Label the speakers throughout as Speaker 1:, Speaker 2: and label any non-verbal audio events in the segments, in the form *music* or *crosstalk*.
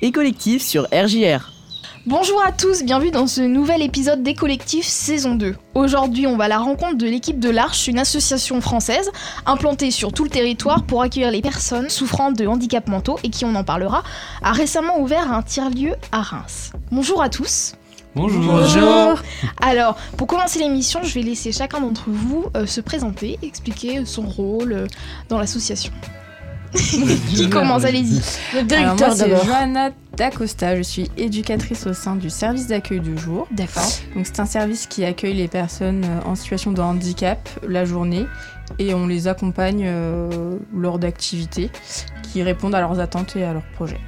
Speaker 1: et collective sur RJR.
Speaker 2: Bonjour à tous, bienvenue dans ce nouvel épisode des collectifs saison 2. Aujourd'hui, on va à la rencontre de l'équipe de l'Arche, une association française implantée sur tout le territoire pour accueillir les personnes souffrant de handicaps mentaux et qui, on en parlera, a récemment ouvert un tiers-lieu à Reims. Bonjour à tous.
Speaker 3: Bonjour.
Speaker 2: Alors, pour commencer l'émission, je vais laisser chacun d'entre vous euh, se présenter, expliquer son rôle euh, dans l'association. Qui commence Allez-y.
Speaker 4: Le
Speaker 5: Alors moi,
Speaker 4: directeur
Speaker 5: c'est
Speaker 4: d'abord.
Speaker 5: Johanna Dacosta, je suis éducatrice au sein du service d'accueil du jour.
Speaker 2: D'accord.
Speaker 5: Donc c'est un service qui accueille les personnes euh, en situation de handicap la journée et on les accompagne euh, lors d'activités qui répondent à leurs attentes et à leurs projets.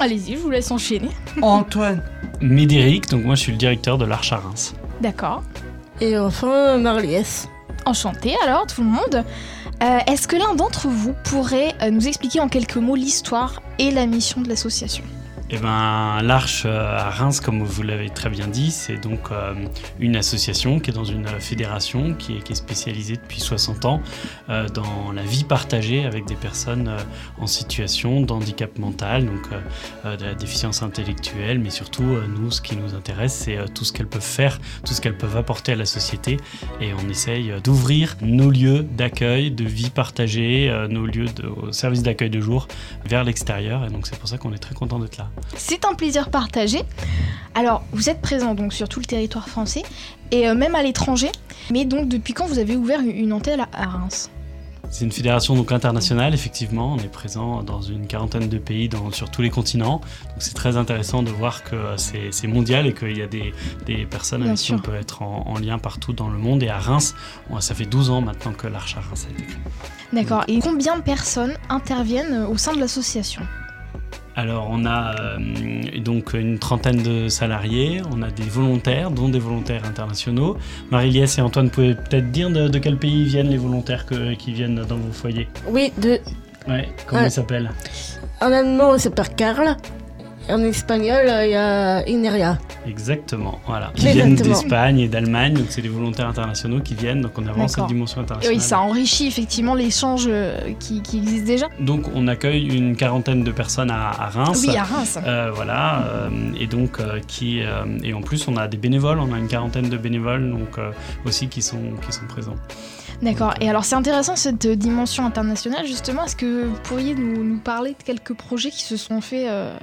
Speaker 2: Allez-y, je vous laisse enchaîner.
Speaker 6: Antoine.
Speaker 3: Médéric, donc moi je suis le directeur de l'Arche à Reims.
Speaker 2: D'accord.
Speaker 4: Et enfin, Marlies.
Speaker 2: Enchanté alors tout le monde. Euh, Est-ce que l'un d'entre vous pourrait euh, nous expliquer en quelques mots l'histoire et la mission de l'association
Speaker 3: Eh ben, l'Arche euh, à Reims, comme vous l'avez très bien dit, c'est donc euh, une association qui est dans une euh, fédération qui est, qui est spécialisée depuis 60 ans euh, dans la vie partagée avec des personnes euh, en situation d'handicap mental, donc euh, euh, de la déficience intellectuelle, mais surtout, euh, nous, ce qui nous intéresse, c'est euh, tout ce qu'elles peuvent faire, tout ce qu'elles peuvent apporter à la société, et on essaye euh, d'ouvrir nos lieux d'accueil, de vie partagée, euh, nos lieux de au service d'accueil de jour vers l'extérieur, et donc c'est pour ça qu'on est très content d'être là.
Speaker 2: C'est un plaisir partagé. Alors, vous êtes présent donc sur tout le territoire français et euh, même à l'étranger. Mais donc, depuis quand vous avez ouvert une- une antenne à- à Reims
Speaker 3: C'est une fédération donc internationale, effectivement. On est présent dans une quarantaine de pays dans- sur tous les continents. Donc c'est très intéressant de voir que euh, c'est c'est mondial et qu'il y a des, des personnes
Speaker 2: Bien
Speaker 3: avec qui
Speaker 2: sûr.
Speaker 3: on peut être en, en lien partout dans le monde. Et à Reims, on- ça fait 12 ans maintenant que l'Arche à Reims a été créée.
Speaker 2: D'accord. Et combien de personnes interviennent euh, au sein de l'association
Speaker 3: Alors on a euh, donc une trentaine de salariés, on a des volontaires, dont des volontaires internationaux. Marie-Liès et Antoine, pouvez peut-être dire de, de quel pays viennent les volontaires que- qui viennent dans vos foyers
Speaker 4: Oui, de...
Speaker 3: Ouais, comment
Speaker 4: Ouais.
Speaker 3: ils s'appellent
Speaker 4: en allemand, c'est par Karl. Et en espagnol, euh, il y a Ineria.
Speaker 3: Exactement, voilà. Qui
Speaker 4: Exactement.
Speaker 3: viennent d'Espagne et d'Allemagne, donc c'est des volontaires internationaux qui viennent, donc on avance
Speaker 2: D'accord.
Speaker 3: cette dimension
Speaker 2: Et
Speaker 3: internationale.
Speaker 2: Oui, ça enrichit effectivement l'échange euh, qui, qui existe déjà.
Speaker 3: Donc on accueille une quarantaine de personnes à, à Reims.
Speaker 2: Oui, à Reims.
Speaker 3: Euh, voilà, euh, et donc euh, qui euh, et en plus on a des bénévoles, on a une quarantaine de bénévoles donc euh, aussi qui sont qui sont présents.
Speaker 2: D'accord. Et alors, c'est intéressant cette euh, dimension internationale, justement. Est-ce que vous pourriez nous, nous parler de quelques projets qui se sont faits euh,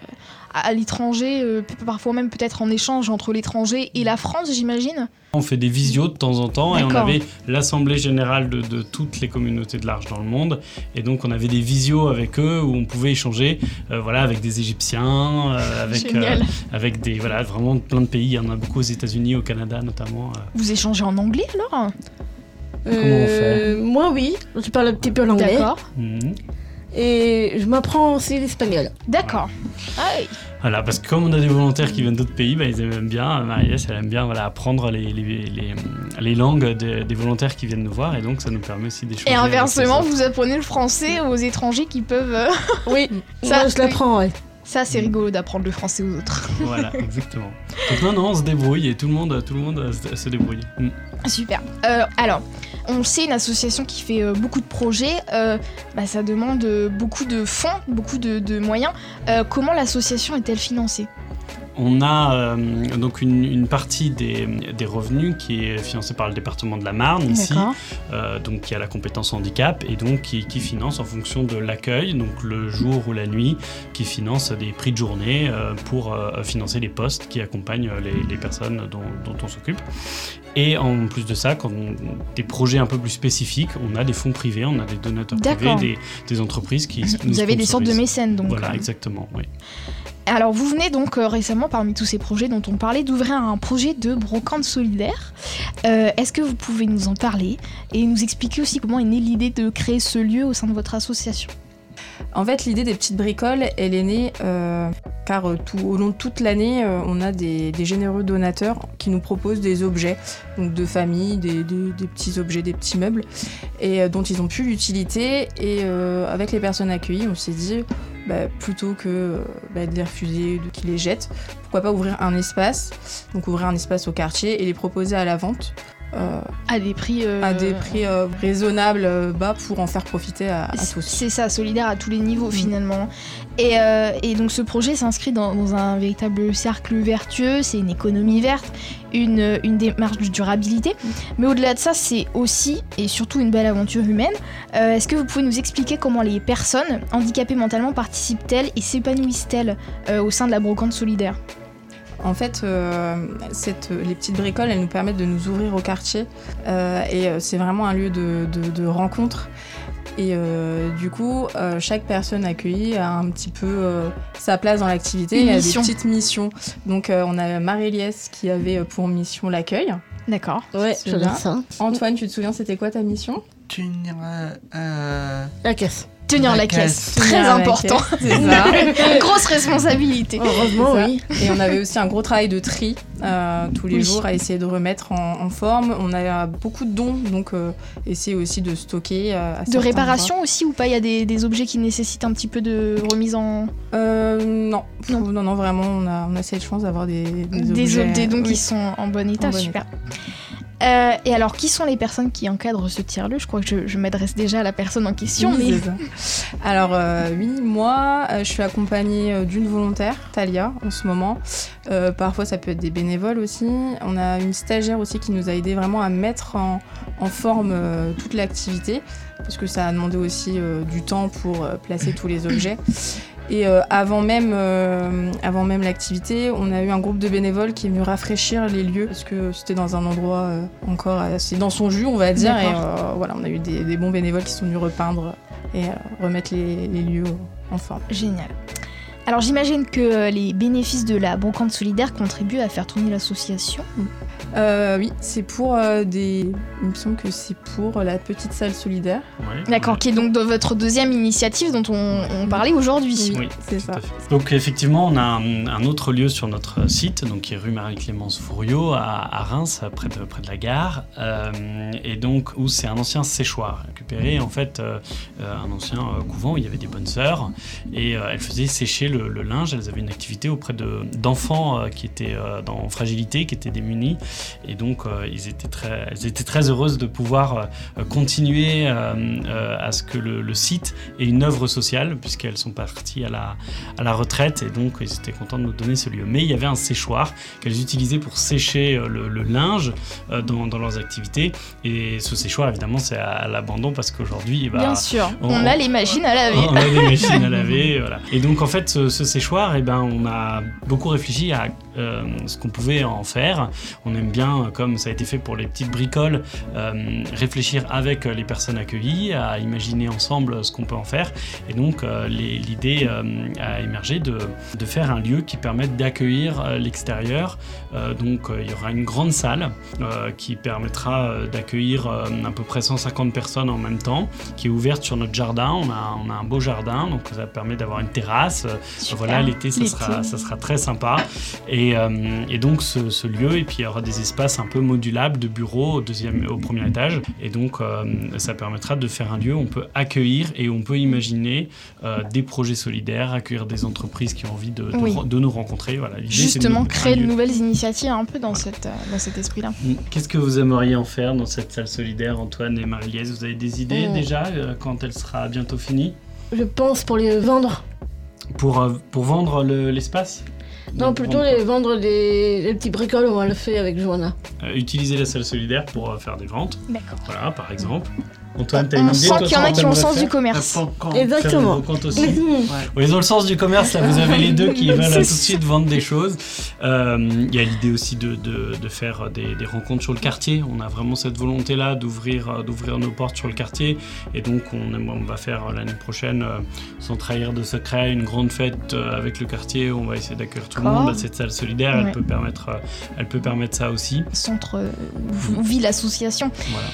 Speaker 2: à, à l'étranger, euh, p- parfois même peut-être en échange entre l'étranger et la France, j'imagine
Speaker 3: On fait des visios de temps en temps et on
Speaker 2: D'accord.
Speaker 3: avait l'assemblée générale de, de toutes les communautés de l'arche dans le monde et donc on avait des visios avec eux où on pouvait échanger euh, voilà avec des Égyptiens, euh, avec euh,
Speaker 2: Génial.
Speaker 3: avec des voilà vraiment plein de pays. Il y en a beaucoup aux États-Unis, au Canada notamment. euh.
Speaker 2: Vous échangez en anglais alors
Speaker 3: Comment on fait
Speaker 4: Euh, Moi, oui, je parle un petit peu l'anglais.
Speaker 2: D'accord.
Speaker 3: Mhm.
Speaker 4: Et je m'apprends aussi l'espagnol.
Speaker 2: D'accord. Ah oui.
Speaker 3: Voilà, parce que comme on a des volontaires qui viennent d'autres pays, bah, ils aiment bien. euh, Marie-Hélène, elle aime bien voilà apprendre les les, les- les langues de- des volontaires qui viennent nous voir et donc ça nous permet aussi d'échanger.
Speaker 2: Et
Speaker 3: avec les
Speaker 2: inversement,
Speaker 3: autres.
Speaker 2: vous apprenez le français aux étrangers qui peuvent. euh, *laughs*
Speaker 4: Oui,
Speaker 2: Ça,
Speaker 4: moi, je l'apprends, ouais.
Speaker 2: Ça, c'est rigolo d'apprendre le français aux autres.
Speaker 3: Voilà, exactement. Donc non non, on se débrouille et tout le monde tout le monde euh, se se débrouille. Mhm.
Speaker 2: Super. Euh, alors, on le sait, une association qui fait euh, beaucoup de projets, euh, bah, ça demande euh, beaucoup de fonds, beaucoup de, de moyens. Euh, comment l'association est-elle financée
Speaker 3: On a euh, donc une, une partie des, des revenus qui est financée par le département de la Marne ici. euh, donc qui a la compétence handicap et donc qui, qui finance en fonction de l'accueil, donc le jour ou la nuit, qui finance des prix de journée euh, pour euh, financer les postes qui accompagnent euh, les, les personnes dont, dont on s'occupe. Et en plus de ça, quand on, des projets un peu plus spécifiques, on a des fonds privés, on a des donateurs privés,
Speaker 2: D'accord.
Speaker 3: des, des entreprises qui nous
Speaker 2: Vous avez des sortes de
Speaker 3: sponsorisent.
Speaker 2: mécènes, donc.
Speaker 3: Voilà, exactement, oui.
Speaker 2: Alors, vous venez donc euh, récemment, parmi tous ces projets dont on parlait, d'ouvrir un projet de brocante solidaire. Euh, Est-ce que vous pouvez nous en parler et nous expliquer aussi comment est née l'idée de créer ce lieu au sein de votre association
Speaker 5: En fait, l'idée des petites bricoles, elle est née euh, car euh, tout, au long de toute l'année, euh, on a des, des généreux donateurs qui nous proposent des objets, donc de famille, des, des- des petits objets, des petits meubles, et euh, dont ils ont plus l'utilité. Et euh, avec les personnes accueillies, on s'est dit, bah, plutôt que euh, bah, de les refuser, de qu'ils les jettent, pourquoi pas ouvrir un espace, donc ouvrir un espace au quartier et les proposer à la vente. euh,
Speaker 2: À des prix. euh,
Speaker 5: à des prix euh, raisonnables euh, bas pour en faire profiter à, à
Speaker 2: C'est
Speaker 5: tous.
Speaker 2: c'est ça, solidaire à tous les niveaux
Speaker 5: Mm.
Speaker 2: finalement. Et, euh, et donc ce projet s'inscrit dans, dans un véritable cercle vertueux, c'est une économie verte, une, une démarche de durabilité. Mais au-delà de ça, c'est aussi et surtout une belle aventure humaine. Euh, Est-ce que vous pouvez nous expliquer comment les personnes handicapées mentalement participent-elles et s'épanouissent-elles euh, au sein de la brocante solidaire
Speaker 5: En fait, euh, cette- les petites bricoles, elles nous permettent de nous ouvrir au quartier euh, et euh, c'est vraiment un lieu de, de- de rencontre. Et euh, du coup, euh, chaque personne accueillie a un petit peu euh, sa place dans l'activité.
Speaker 2: Une
Speaker 5: Il y a des
Speaker 2: mission.
Speaker 5: petites missions. Donc, euh, on a Marie-Liès qui avait euh, pour mission l'accueil.
Speaker 2: D'accord.
Speaker 4: Ouais,
Speaker 5: C'est
Speaker 4: j'adore
Speaker 5: bien.
Speaker 4: ça.
Speaker 5: Antoine, tu te souviens, c'était quoi ta mission
Speaker 6: Tu n'iras, euh,
Speaker 4: La caisse.
Speaker 2: Tenir la,
Speaker 6: La
Speaker 2: caisse,
Speaker 6: caisse.
Speaker 2: très
Speaker 5: Tenir la
Speaker 2: important.
Speaker 5: caisse, Oh, C'est ça.
Speaker 2: *laughs* Grosse responsabilité.
Speaker 4: Oh, Heureusement,
Speaker 5: C'est ça.
Speaker 4: oui.
Speaker 5: Et on avait aussi un gros travail de tri euh, tous les
Speaker 2: Oui.
Speaker 5: jours à essayer de remettre en, en forme. On a beaucoup de dons, donc euh, essayer aussi de stocker. euh, à
Speaker 2: De
Speaker 5: certains
Speaker 2: réparation aussi ou pas Il y a des, des objets qui nécessitent un petit peu de remise en.
Speaker 5: endroits. Euh, non.
Speaker 2: Non.
Speaker 5: non, non, vraiment, on a, on a cette chance d'avoir des, des,
Speaker 2: des, ob- des dons
Speaker 5: oui.
Speaker 2: qui sont en bon état,
Speaker 5: En bon
Speaker 2: super. Euh, et alors, qui sont les personnes qui encadrent ce tiers-lieu Je crois que je, je m'adresse déjà à la personne en question,
Speaker 5: Oui,
Speaker 2: mais
Speaker 5: c'est ça. Alors euh, oui, moi, euh, je suis accompagnée euh, d'une volontaire, Talia, en ce moment. Euh, parfois, ça peut être des bénévoles aussi. On a une stagiaire aussi qui nous a aidé vraiment à mettre en, en forme euh, toute l'activité, parce que ça a demandé aussi euh, du temps pour euh, placer tous les objets. Et euh, avant même, euh, avant même l'activité, on a eu un groupe de bénévoles qui est venu rafraîchir les lieux parce que c'était dans un endroit euh, encore assez dans son jus, on va dire. Et euh, voilà, on a eu des, des bons bénévoles qui sont venus repeindre et euh, remettre les, les lieux en forme.
Speaker 2: génial. Alors, j'imagine que euh, les bénéfices de la brocante solidaire contribuent à faire tourner l'association.
Speaker 5: Euh, oui, c'est pour euh, des. Il me semble que c'est pour la petite salle solidaire.
Speaker 3: Ouais.
Speaker 2: D'accord, qui est donc dans votre deuxième initiative dont on, on parlait aujourd'hui.
Speaker 3: Oui,
Speaker 5: c'est
Speaker 3: Tout
Speaker 5: ça.
Speaker 3: à fait. Donc effectivement, on a un, un autre lieu sur notre site, donc qui est rue Marie-Clémence Fouriot à, à Reims, près de, près de la gare, Euh, et donc où c'est un ancien séchoir récupéré, en fait, euh, euh, un ancien euh, couvent où il y avait des bonnes sœurs, et euh, elles faisaient sécher le, le linge, elles avaient une activité auprès de- d'enfants euh, qui étaient euh, dans fragilité, qui étaient démunis, et donc euh, ils étaient très, elles étaient très heureuses de pouvoir euh, continuer euh, euh, à ce que le, le site ait une œuvre sociale, puisqu'elles sont parties à la, à la retraite et donc ils étaient contents de nous donner ce lieu. Mais il y avait un séchoir qu'elles utilisaient pour sécher euh, le, le linge euh, dans, dans leurs activités et ce séchoir évidemment c'est à, à l'abandon parce qu'aujourd'hui eh ben,
Speaker 2: Bien sûr, on,
Speaker 3: on-
Speaker 2: a les machines à laver.
Speaker 3: on a des machines à laver, voilà. Et donc en fait, ce, ce séchoir, eh ben, on a beaucoup réfléchi à euh, ce qu'on pouvait en faire. On aime bien, euh, comme ça a été fait pour les petites bricoles, euh, réfléchir avec euh, les personnes accueillies, à imaginer ensemble euh, ce qu'on peut en faire. Et donc euh, les- l'idée euh, a émergé de, de faire un lieu qui permette d'accueillir euh, l'extérieur. Euh, donc euh, il y aura une grande salle euh, qui permettra euh, d'accueillir euh, à peu près 150 personnes en même temps qui est ouverte sur notre jardin. On a, on a un beau jardin, donc ça permet d'avoir une terrasse. Euh,
Speaker 2: Super.
Speaker 3: Voilà, l'été, ça
Speaker 2: L'été.
Speaker 3: sera, ça sera très sympa. Et, euh, et donc, ce, ce lieu, et puis il y aura des espaces un peu modulables de bureaux au, deuxième, au premier étage. Et donc, euh, ça permettra de faire un lieu où on peut accueillir et où on peut imaginer euh, des projets solidaires, accueillir des entreprises qui ont envie de, de
Speaker 2: Oui.
Speaker 3: re- de nous rencontrer. Voilà, l'idée, c'est de
Speaker 2: Justement,
Speaker 3: nous-
Speaker 2: créer
Speaker 3: un
Speaker 2: de
Speaker 3: lieu.
Speaker 2: nouvelles initiatives un peu dans, cette, euh, dans cet esprit-là.
Speaker 3: Qu'est-ce que vous aimeriez en faire dans cette salle solidaire, Antoine et Marie-Liès Vous avez des idées
Speaker 2: Oh.
Speaker 4: Euh.
Speaker 3: déjà euh, quand elle sera bientôt finie
Speaker 4: Je pense pour les vendre.
Speaker 3: Pour, euh, pour vendre le- l'espace
Speaker 4: Non,
Speaker 3: Donc,
Speaker 4: plutôt
Speaker 3: vendre-
Speaker 4: les vendre des, des petits bricoles, on va le faire avec Joanna.
Speaker 3: euh, utiliser la salle solidaire pour euh, faire des ventes,
Speaker 2: D'accord.
Speaker 3: voilà, par exemple. Antoine, t'as une
Speaker 2: On
Speaker 3: idée
Speaker 2: sent
Speaker 3: toi,
Speaker 2: qu'il y en a
Speaker 3: Antoine,
Speaker 2: qui ont le
Speaker 3: t'aimerais
Speaker 2: sens
Speaker 3: faire
Speaker 2: du commerce.
Speaker 6: un pan-can.
Speaker 4: Et- Exactement.
Speaker 3: Faire des brocantes aussi.
Speaker 4: Mmh.
Speaker 3: Oui, ils ont le sens du commerce, là, vous avez les
Speaker 2: *laughs*
Speaker 3: deux qui veulent
Speaker 2: C'est
Speaker 3: euh, tout de
Speaker 2: ça.
Speaker 3: suite vendre des choses. Euh, Il y a l'idée aussi de, de- de faire des, des rencontres sur le quartier. On a vraiment cette volonté-là d'ouvrir euh, d'ouvrir nos portes sur le quartier. Et donc, on, aime- on va faire euh, l'année prochaine, euh, sans trahir de secret, une grande fête euh, avec le quartier. On va essayer d'accueillir tout le
Speaker 2: D'accord.
Speaker 3: monde. Bah, Cette salle solidaire,
Speaker 2: Ouais.
Speaker 3: elle, peut permettre, euh, elle peut permettre ça aussi.
Speaker 2: centre euh, où vit l'association.
Speaker 3: Mhm. Voilà.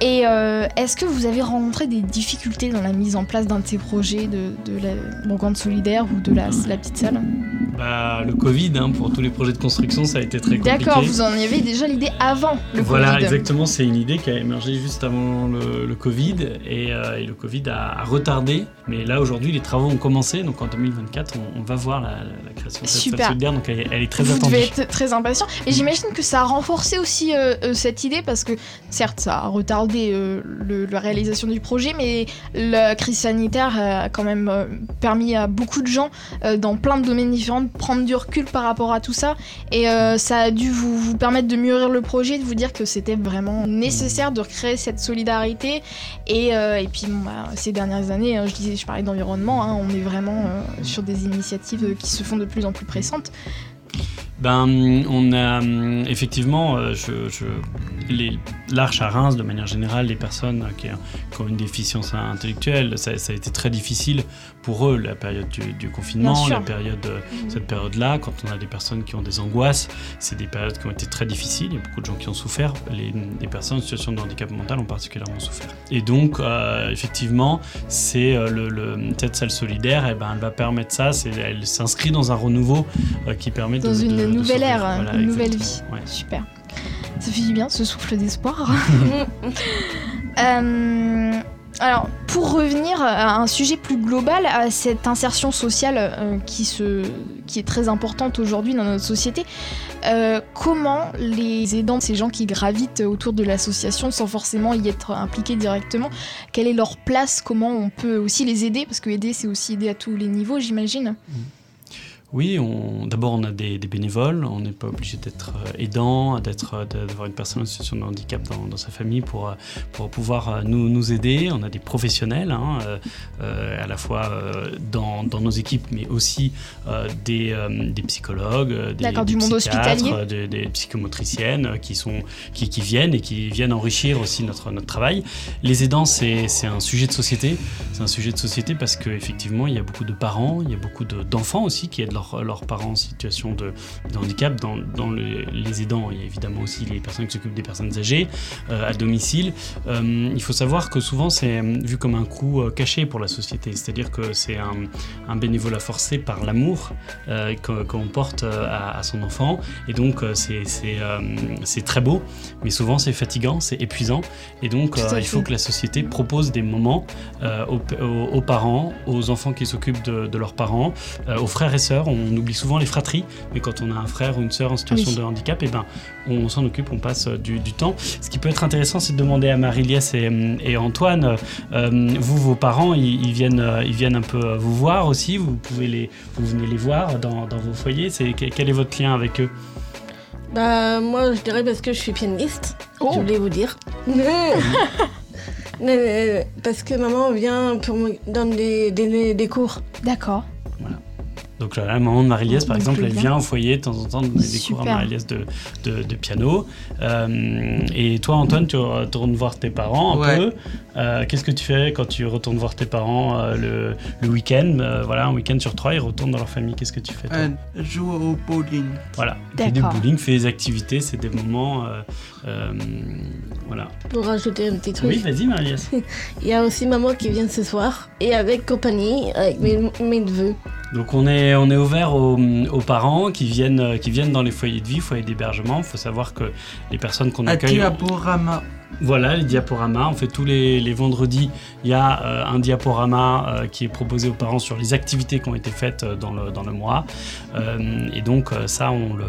Speaker 2: Et euh, est-ce que vous avez rencontré des difficultés
Speaker 3: Mmh.
Speaker 2: dans la mise en place d'un de ces projets de, de la brocante solidaire ou de la, la petite salle
Speaker 3: Bah, bah, le Covid, hein, pour tous les projets de construction, ça a été très compliqué.
Speaker 2: D'accord, vous en avez déjà l'idée avant le
Speaker 3: voilà,
Speaker 2: Covid.
Speaker 3: exactement, c'est une idée qui a émergé juste avant le, le Covid et, euh, et le Covid a, a retardé. Mais là, aujourd'hui, les travaux ont commencé, donc en 2024, on, on va voir la, la création de cette
Speaker 2: Super.
Speaker 3: salle solidaire, donc elle, est- elle est très
Speaker 2: vous
Speaker 3: attendue.
Speaker 2: devez être très impatient. Et j'imagine que ça a renforcé aussi euh, euh, cette idée parce que certes ça a retardé euh, le- la réalisation du projet, mais la crise sanitaire a quand même euh, permis à beaucoup de gens euh, dans plein de domaines différents de prendre du recul par rapport à tout ça. Et euh, ça a dû vous, vous permettre de mûrir le projet, de vous dire que c'était vraiment nécessaire de recréer cette solidarité. Et, euh, et puis bon, bah, ces dernières années, hein, je disais, je parlais d'environnement, hein, on est vraiment euh, sur des initiatives euh, qui se font de plus en plus pressantes.
Speaker 3: Ben, on a hum, effectivement, euh, je, je- les- l'arche à Reims, de manière générale, les personnes euh, qui, qui ont une déficience intellectuelle, ça, ça a été très difficile pour eux la période du, du
Speaker 2: Bien
Speaker 3: confinement,
Speaker 2: sûr.
Speaker 3: la période, euh, cette période-là. Quand on a des personnes qui ont des angoisses, c'est des périodes qui ont été très difficiles. Il y a beaucoup de gens qui ont souffert. Les, les personnes en situation de handicap mental ont particulièrement souffert. Et donc, euh, effectivement, c'est euh, le, le- cette salle solidaire, et ben, elle va permettre ça. C'est, elle s'inscrit dans un renouveau euh, qui permet de-
Speaker 2: Dans une
Speaker 3: de- de
Speaker 2: nouvelle
Speaker 3: s'ouvrir.
Speaker 2: ère,
Speaker 3: Voilà,
Speaker 2: une nouvelle
Speaker 3: exactement. Ouais.
Speaker 2: Super. Ça fait du bien, ce souffle d'espoir. Euh, alors, pour revenir à un sujet plus global, à cette insertion sociale euh, qui, se, qui est très importante aujourd'hui dans notre société, euh, comment les aidants, ces gens qui gravitent autour de l'association sans forcément y être impliqués directement, quelle est leur place Comment on peut aussi les aider Parce que aider, c'est aussi aider à tous les niveaux, j'imagine.
Speaker 3: Oui, on- d'abord on a des, des bénévoles, on n'est pas obligé d'être euh, aidant, d'être, euh, d'avoir une personne en situation de handicap dans, dans sa famille pour, euh, pour pouvoir euh, nous, nous aider. On a des professionnels, hein, euh, euh, à la fois euh, dans, dans nos équipes, mais aussi euh, des, euh, des psychologues, euh, des,
Speaker 2: D'accord,
Speaker 3: des
Speaker 2: du monde
Speaker 3: psychiatres,
Speaker 2: hospitalier.
Speaker 3: euh, des, des psychomotriciennes euh, qui, sont, qui, qui viennent et qui viennent enrichir aussi notre, notre travail. Les aidants, c'est, c'est un sujet de société. C'est un sujet de société parce qu'effectivement, il y a beaucoup de parents, il y a beaucoup de- d'enfants aussi qui aident leurs leurs parents en situation de, de handicap. Dans, dans le- les aidants, il y a évidemment aussi les personnes qui s'occupent des personnes âgées euh, à domicile. Euh, il faut savoir que souvent, c'est euh, vu comme un coût euh, caché pour la société. C'est-à-dire que c'est un, un bénévolat forcé par l'amour euh, que- qu'on porte euh, à, à son enfant. Et donc, euh, c'est c'est, euh, c'est très beau, mais souvent, c'est fatigant, c'est épuisant. Et donc,
Speaker 2: Tout à
Speaker 3: euh, il
Speaker 2: fait.
Speaker 3: faut que la société propose des moments euh, aux, p- aux- aux parents, aux enfants qui s'occupent de, de leurs parents, euh, aux frères et sœurs. On oublie souvent les fratries, mais quand on a un frère ou une sœur en situation
Speaker 2: Oui.
Speaker 3: de handicap, et ben, on s'en occupe, on passe euh, du, du temps. Ce qui peut être intéressant, c'est de demander à Mariliès et, euh, et Antoine, euh, euh, vous, vos parents, ils, ils viennent, euh, ils viennent un peu euh, vous voir aussi, vous, pouvez les, vous venez les voir dans, dans vos foyers. C'est, que- quel est votre lien avec eux
Speaker 4: Bah, moi, je dirais parce que je suis pianiste.
Speaker 2: Oh.
Speaker 4: Je voulais
Speaker 3: *laughs*
Speaker 4: vous dire. Mais- mais- parce que maman vient pour me donner des, des- des cours.
Speaker 2: D'accord.
Speaker 3: Donc là, la maman de Marie-Liès, par
Speaker 2: On
Speaker 3: exemple,
Speaker 2: peut
Speaker 3: elle
Speaker 2: bien.
Speaker 3: vient au foyer de temps en temps donner des cours à
Speaker 2: Super.
Speaker 3: Marie-Liès de, de, de piano. Euh, et toi, Antoine, tu retournes voir tes parents un
Speaker 6: Ouais.
Speaker 3: peu. Euh, Qu'est-ce que tu fais quand tu retournes voir tes parents euh, le, le week-end Euh, Voilà, un week-end sur trois, ils retournent dans leur famille. Qu'est-ce que tu fais toi
Speaker 6: Euh, joue au bowling.
Speaker 3: Voilà, fais du
Speaker 2: D'accord.
Speaker 3: bowling, fais des activités, c'est des moments... euh, euh, voilà.
Speaker 4: Pour rajouter un petit truc.
Speaker 3: Oui, vas-y, Marie-Liès.
Speaker 4: Il y a aussi maman qui vient ce soir. Et avec compagnie, avec mes, mes neveux.
Speaker 3: Donc on est, on est ouvert aux, aux parents qui viennent, euh, qui viennent dans les foyers de vie, foyers d'hébergement. Il faut savoir que les personnes qu'on
Speaker 6: À
Speaker 3: accueille...
Speaker 6: Diaporama.
Speaker 3: Voilà, les diaporamas. On fait tous les, les vendredis, il y a euh, un diaporama euh, qui est proposé aux parents sur les activités qui ont été faites euh, dans, le, dans le mois. Euh, et donc, euh, ça, on le,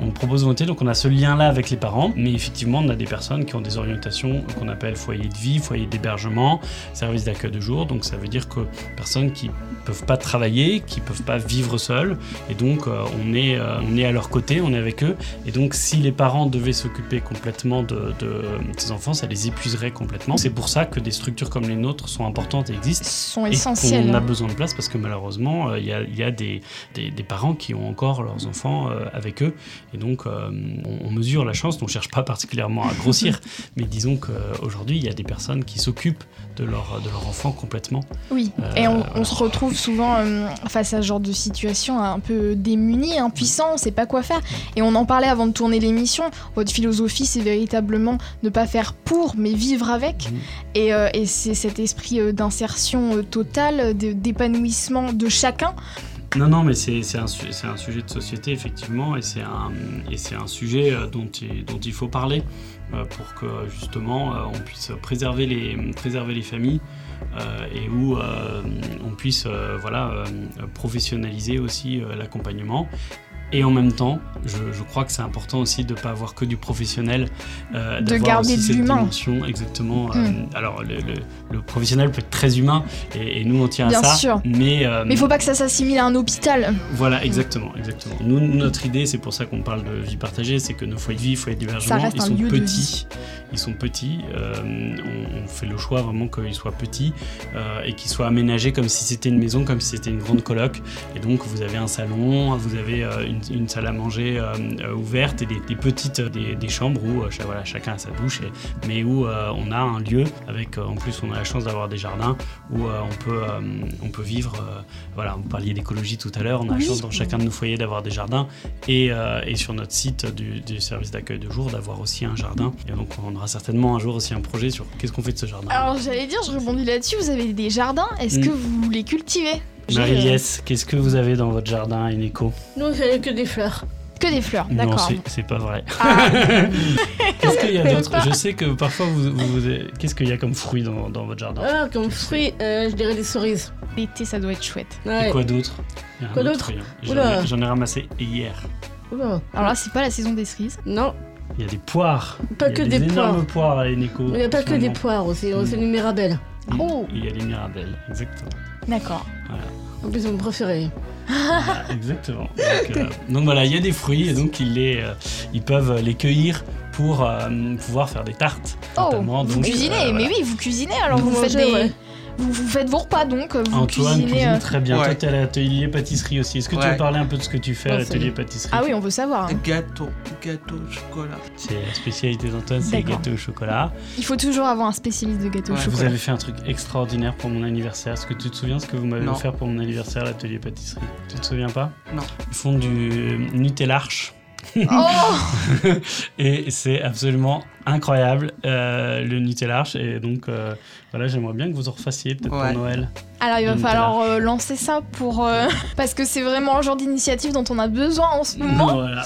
Speaker 3: on le propose volontiers. Donc, on a ce lien-là avec les parents. Mais effectivement, on a des personnes qui ont des orientations qu'on appelle foyer de vie, foyer d'hébergement, service d'accueil de jour. Donc, ça veut dire que personnes qui peuvent pas travailler, qui peuvent pas vivre seules. Et donc, euh, on, est, euh, on est à leur côté, on est avec eux. Et donc, si les parents devaient s'occuper complètement de, de, de ces enfants, ça les épuiserait complètement. C'est pour ça que des structures comme les nôtres sont importantes et existent.
Speaker 2: sont
Speaker 3: Et
Speaker 2: essentiels.
Speaker 3: qu'on a besoin de place parce que malheureusement, euh, il y a, il y a des, des- des parents qui ont encore leurs enfants euh, avec eux. Et donc, euh, on, on mesure la chance, on ne cherche pas particulièrement à grossir. mais disons qu'aujourd'hui, il y a des personnes qui s'occupent de leur, de leur enfant complètement.
Speaker 2: Oui,
Speaker 3: Euh,
Speaker 2: et on,
Speaker 3: voilà.
Speaker 2: on se retrouve souvent euh, face à ce genre de situation un peu démunis, impuissants, on sait pas quoi faire. Et on en parlait avant de tourner l'émission, votre philosophie c'est véritablement ne pas faire pour, mais vivre avec.
Speaker 3: Mhm.
Speaker 2: Et, euh, et c'est cet esprit euh, d'insertion euh, totale, de- d'épanouissement de chacun
Speaker 3: Non, non, mais c'est c'est un, su- c'est un sujet de société, effectivement, et c'est un, et c'est un sujet euh, dont, il- dont il faut parler euh, pour que, justement, euh, on puisse préserver les, préserver les familles euh, et où euh, on puisse euh, voilà, euh, professionnaliser aussi euh, l'accompagnement. Et en même temps, je, je crois que c'est important aussi de ne pas avoir que du professionnel, euh,
Speaker 2: De
Speaker 3: d'avoir
Speaker 2: garder
Speaker 3: aussi
Speaker 2: de
Speaker 3: cette
Speaker 2: l'humain. Mm.
Speaker 3: dimension, exactement. euh, alors, le, le- le professionnel peut être très humain, et, et nous, on tient
Speaker 2: Bien
Speaker 3: à ça.
Speaker 2: sûr.
Speaker 3: Mais, euh,
Speaker 2: Mais faut pas que ça s'assimile à un hôpital.
Speaker 3: voilà, exactement, exactement. Nous, notre idée, c'est pour ça qu'on parle de vie partagée, c'est que nos foyers de vie, foyers
Speaker 2: Ça
Speaker 3: d'hébergement,
Speaker 2: reste
Speaker 3: ils
Speaker 2: un
Speaker 3: sont
Speaker 2: lieu de
Speaker 3: petits. Ils sont petits. euh, on, on fait le choix vraiment qu'ils soient petits euh, et qu'ils soient aménagés comme si c'était une maison, comme si c'était une grande coloc. Et donc, vous avez un salon, vous avez euh, une, une salle à manger euh, euh, ouverte et des, des petites euh, des, des chambres où euh, cha- voilà, chacun a sa douche, et- mais où euh, on a un lieu avec. euh, en plus, on a la chance d'avoir des jardins où euh, on peut euh, on peut vivre. euh, voilà, vous parliez d'écologie tout à l'heure, on a la
Speaker 2: Oui.
Speaker 3: chance dans chacun de nos foyers d'avoir des jardins et, euh, et sur notre site du, du service d'accueil de jour d'avoir aussi un jardin. Et donc on aura certainement un jour aussi un projet sur qu'est-ce qu'on fait de ce jardin.
Speaker 2: Alors j'allais dire, je rebondis là-dessus, vous avez des jardins, est-ce
Speaker 3: Mm.
Speaker 2: que vous les cultivez J'ai,
Speaker 3: Marie-Liesse, qu'est-ce que vous avez dans votre jardin, Ineco
Speaker 4: Nous, j'avais que des fleurs.
Speaker 2: euh, Que des fleurs,
Speaker 3: Non,
Speaker 2: d'accord.
Speaker 3: c'est- c'est pas vrai.
Speaker 2: Ah,
Speaker 3: *laughs*
Speaker 2: *laughs*
Speaker 3: Qu'est-ce qu'il y a
Speaker 2: Elle
Speaker 3: d'autre
Speaker 2: part.
Speaker 3: Je sais que parfois, vous, vous- vous- qu'est-ce qu'il y a comme fruit dans, dans votre jardin
Speaker 4: Ah, comme fruits, euh, je dirais des cerises.
Speaker 2: l'été ça doit être chouette.
Speaker 3: Et
Speaker 4: Ouais.
Speaker 3: quoi d'autre Il y a un
Speaker 4: Quoi
Speaker 3: autre
Speaker 4: d'autre
Speaker 3: fruit, hein. J'en ai-
Speaker 4: Oula.
Speaker 3: J'en ai ramassé hier.
Speaker 4: Oula.
Speaker 2: Alors là c'est pas la saison des cerises.
Speaker 4: Non,
Speaker 3: Il y a des poires.
Speaker 4: Pas
Speaker 3: Il y a
Speaker 4: que des
Speaker 3: énormes poires euh, à Ineco.
Speaker 4: il n'y a pas que des
Speaker 3: finalement.
Speaker 4: poires aussi,
Speaker 3: Mm.
Speaker 4: c'est du mirabelle.
Speaker 2: Oh.
Speaker 3: Il y a des mirabelles,
Speaker 4: *laughs*
Speaker 3: exactement.
Speaker 2: D'accord.
Speaker 4: En plus, c'est mon préféré.
Speaker 3: Voilà, exactement. Donc, euh, donc voilà, il y a des fruits et donc ils, les, euh, ils peuvent les cueillir pour euh, pouvoir faire des tartes.
Speaker 2: Oh,
Speaker 3: notamment.
Speaker 2: vous
Speaker 3: Donc,
Speaker 2: cuisinez,
Speaker 3: euh, voilà.
Speaker 2: mais oui, vous cuisinez, alors vous,
Speaker 4: Vous
Speaker 2: faites
Speaker 4: mangez,
Speaker 2: des-
Speaker 4: ouais.
Speaker 2: vous, vous faites vos repas donc, vous
Speaker 3: Antoine
Speaker 2: cuisinez... euh,
Speaker 3: cuisine très bien. Toi,
Speaker 6: Ouais.
Speaker 3: t'es à l'atelier pâtisserie aussi. Est-ce que tu
Speaker 6: Ouais.
Speaker 3: veux parler un peu de ce que tu fais à
Speaker 4: Non, c'est
Speaker 3: l'atelier
Speaker 4: bon.
Speaker 3: pâtisserie
Speaker 2: Ah oui, on veut savoir. hein.
Speaker 6: Gâteau, gâteau, au chocolat.
Speaker 3: C'est la spécialité d'Antoine, c'est les
Speaker 2: D'accord.
Speaker 3: gâteaux au chocolat.
Speaker 2: Il faut toujours avoir un spécialiste de gâteau au
Speaker 6: Ouais,
Speaker 3: Vous
Speaker 2: chocolat.
Speaker 3: avez fait un truc extraordinaire pour mon anniversaire. Est-ce que tu te souviens ce que vous m'avez
Speaker 6: Non.
Speaker 3: offert pour mon anniversaire à l'atelier pâtisserie Tu te souviens pas
Speaker 6: Non.
Speaker 3: Ils font du Nutellarche.
Speaker 2: Oh
Speaker 3: Et c'est absolument incroyable, euh, le Nutella Arch. Et donc, euh, voilà, j'aimerais bien que vous en refassiez peut-être
Speaker 6: Ouais.
Speaker 3: pour Noël.
Speaker 2: Alors il va
Speaker 3: Une
Speaker 2: falloir euh, lancer ça pour...
Speaker 3: *laughs*
Speaker 2: euh, Parce que c'est vraiment le genre d'initiative dont on a besoin en ce moment.
Speaker 3: Voilà.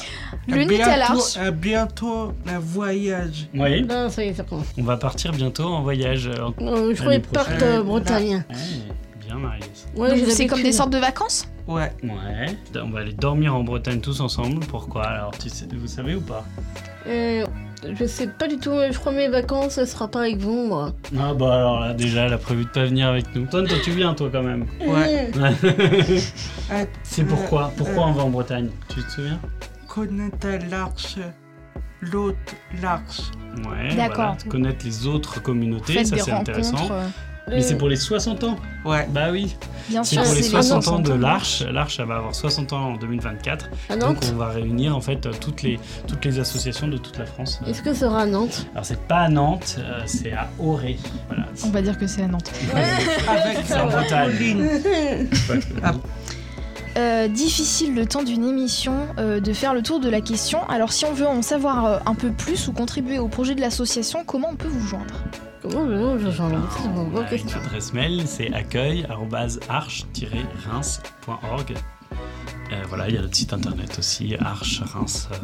Speaker 2: Le
Speaker 6: À
Speaker 2: Nutella
Speaker 6: bientôt-
Speaker 2: Arch.
Speaker 6: À bientôt, un voyage.
Speaker 3: Oui,
Speaker 4: Non, ça y est, ça commence.
Speaker 3: on va partir bientôt en voyage. euh, en-
Speaker 4: Non, je
Speaker 3: L'année
Speaker 4: croyais part
Speaker 6: prochaine.
Speaker 4: euh, Bretagne.
Speaker 3: Ouais, bien, Marie.
Speaker 4: Ouais,
Speaker 2: Ah. Donc,
Speaker 4: j'ai
Speaker 2: c'est
Speaker 4: l'habitude.
Speaker 2: comme des sortes de vacances
Speaker 6: Ouais,
Speaker 3: Ouais. On va aller dormir en Bretagne tous ensemble. Pourquoi Alors, tu sais- vous savez ou pas
Speaker 4: Euh, je sais pas du tout, mais je crois que mes vacances, ce sera pas avec vous, moi.
Speaker 3: Ah, bah alors là, déjà, elle a prévu de pas venir avec nous. Antoine, toi, tu viens, toi, quand
Speaker 6: *laughs*
Speaker 3: même.
Speaker 6: ouais. À
Speaker 2: Euh,
Speaker 3: c'est pourquoi Pourquoi on va en Bretagne Tu te souviens
Speaker 6: connaître l'arche, l'autre l'arche.
Speaker 3: Ouais,
Speaker 2: D'accord.
Speaker 3: voilà, Connaître les autres communautés,
Speaker 2: Faites
Speaker 3: ça
Speaker 2: des
Speaker 3: c'est intéressant.
Speaker 2: rencontres, euh,
Speaker 3: Mais c'est pour les 60 ans.
Speaker 2: *laughs*
Speaker 6: Ouais,
Speaker 3: Bah oui.
Speaker 2: bien
Speaker 3: C'est
Speaker 2: sûr.
Speaker 3: pour les
Speaker 4: c'est les
Speaker 3: 60 ans de l'Arche. L'Arche, elle va avoir 60 ans en 2024.
Speaker 4: À
Speaker 3: Donc,
Speaker 4: Ah, Nantes
Speaker 3: on va réunir en fait euh, toutes les, toutes les associations de toute la France. Euh,
Speaker 4: Est-ce que ça sera
Speaker 2: *laughs*
Speaker 4: à Nantes
Speaker 3: Alors, c'est pas à Nantes, euh, c'est à Auray. Voilà.
Speaker 2: On va dire que c'est à Nantes.
Speaker 6: avec
Speaker 3: C'est en Bretagne.
Speaker 6: Pauline.
Speaker 2: Ah, Euh, difficile le temps d'une émission euh, de faire le tour de la question. Alors si on veut en savoir euh, un peu plus ou contribuer au projet de l'association, comment on peut vous joindre
Speaker 4: Comment le nom, j'en ai
Speaker 3: Alors,
Speaker 4: c'est une
Speaker 3: on
Speaker 4: bonne
Speaker 3: a une
Speaker 4: question.
Speaker 3: adresse mail, c'est accueil-arche-reims.org. Euh, voilà, il y a notre site internet aussi, Arche Reims. euh,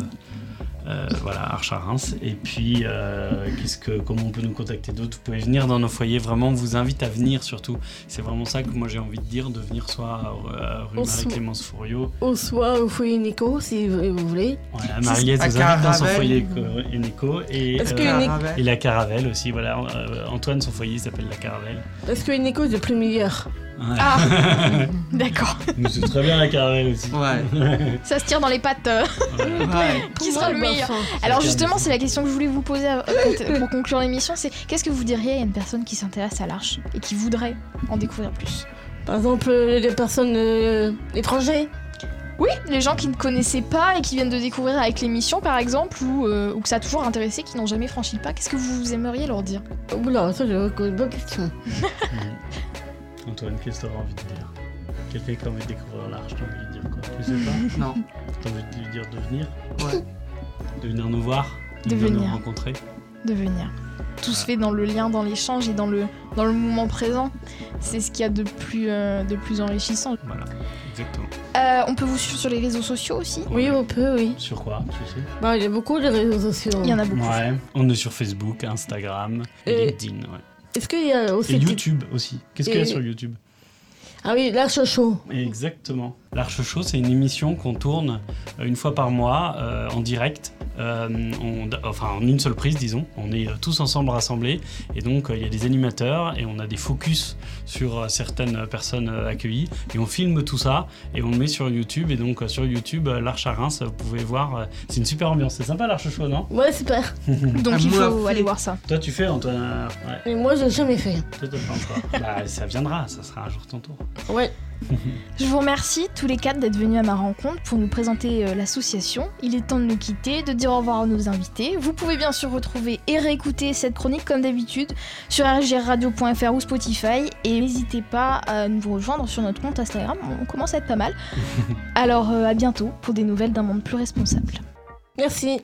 Speaker 3: euh, voilà, Arche à Reims. Et puis, euh, qu'est-ce que, comment on peut nous contacter d'autres Vous pouvez venir dans nos foyers. Vraiment, on vous invite à venir surtout. C'est vraiment ça que moi j'ai envie de dire de venir soit à, à rue
Speaker 4: Au sou-
Speaker 3: Marie-Clémence Fouriot.
Speaker 4: Au soir, au foyer Nico, si vous vous voulez.
Speaker 3: Voilà,
Speaker 6: C'est-
Speaker 3: Mariette
Speaker 6: à
Speaker 3: vous invite dans son
Speaker 6: Caravelle.
Speaker 3: foyer co- Unico. Et,
Speaker 4: Parce
Speaker 3: euh,
Speaker 4: que Unico-
Speaker 3: et la Caravelle aussi. Voilà, euh, Antoine, son foyer il s'appelle la Caravelle.
Speaker 4: Parce que Nico est le plus meilleur.
Speaker 3: Voilà. *laughs*
Speaker 2: Ah D'accord.
Speaker 3: Mais c'est très bien la caravelle aussi.
Speaker 6: Ouais.
Speaker 3: *laughs*
Speaker 2: Ça se tire dans les pattes. euh.
Speaker 3: Voilà.
Speaker 6: Ouais.
Speaker 2: Qui sera le meilleur Alors justement, c'est la question que je voulais vous poser euh, pour- pour conclure l'émission, c'est qu'est-ce que vous diriez à une personne qui s'intéresse à l'arche et qui voudrait en découvrir plus
Speaker 4: Par exemple, euh, les personnes euh, étrangères.
Speaker 2: Oui, les gens qui ne connaissaient pas et qui viennent de découvrir avec l'émission par exemple, ou, euh, ou que ça a toujours intéressé, qui n'ont jamais franchi le pas, qu'est-ce que vous aimeriez leur dire
Speaker 4: Oula, ça, j'ai une bonne question.
Speaker 3: Mhm. *laughs* Antoine, qu'est-ce que t'aurais envie de dire Quelqu'un qui a envie de découvrir l'arche, t'as envie de dire quoi Tu sais pas
Speaker 6: Non.
Speaker 3: T'as envie de lui dire de venir
Speaker 6: Ouais.
Speaker 3: De venir nous voir
Speaker 2: De
Speaker 3: nous
Speaker 2: venir.
Speaker 3: rencontrer
Speaker 2: de venir. Tout se fait dans le lien, dans l'échange et dans le, dans le moment présent. C'est ce qu'il y a de plus, euh, de plus enrichissant.
Speaker 3: Voilà, exactement.
Speaker 2: Euh, on peut vous suivre sur les réseaux sociaux aussi.
Speaker 4: Oui, on peut, oui.
Speaker 3: Sur quoi tu sais
Speaker 4: Bah, il y a beaucoup de réseaux sociaux.
Speaker 2: Il y en a beaucoup.
Speaker 3: Ouais. On est sur Facebook, Instagram,
Speaker 4: Et-
Speaker 3: LinkedIn. ouais.
Speaker 4: Est-ce qu'il y a aussi.
Speaker 3: Et
Speaker 4: des-
Speaker 3: YouTube aussi. Qu'est-ce qu'il y a
Speaker 4: Et-
Speaker 3: sur YouTube
Speaker 4: Ah oui, l'arche chaud.
Speaker 3: Exactement. L'Arche Show, c'est une émission qu'on tourne euh, une fois par mois euh, en direct. Euh, on- enfin, en une seule prise, disons. On est euh, tous ensemble rassemblés. Et donc, euh, il y a des animateurs et on a des focus sur euh, certaines personnes euh, accueillies. Et on filme tout ça et on le met sur YouTube. Et donc, euh, sur YouTube, euh, l'Arche à Reims, vous pouvez voir. euh, c'est une super ambiance. C'est sympa l'Arche Show, non
Speaker 4: Ouais, super.
Speaker 2: Donc
Speaker 6: Ah,
Speaker 2: il
Speaker 6: moi,
Speaker 2: faut
Speaker 6: oui.
Speaker 2: aller voir ça.
Speaker 3: Toi, tu fais, Antoine euh, Ouais,
Speaker 4: Mais moi, j'ai jamais fait.
Speaker 3: toi, t'as pas encore. bah, ça viendra. Ça sera un jour ton tour.
Speaker 4: Ouais.
Speaker 2: Je vous remercie tous les quatre d'être venus à ma rencontre pour nous présenter euh, l'association. Il est temps de nous quitter, de dire au revoir à nos invités. Vous pouvez bien sûr retrouver et réécouter cette chronique comme d'habitude sur rgrradio.fr ou Spotify et n'hésitez pas à nous rejoindre sur notre compte Instagram, on commence à être pas mal. Alors euh, à bientôt pour des nouvelles d'un monde plus responsable.
Speaker 4: Merci.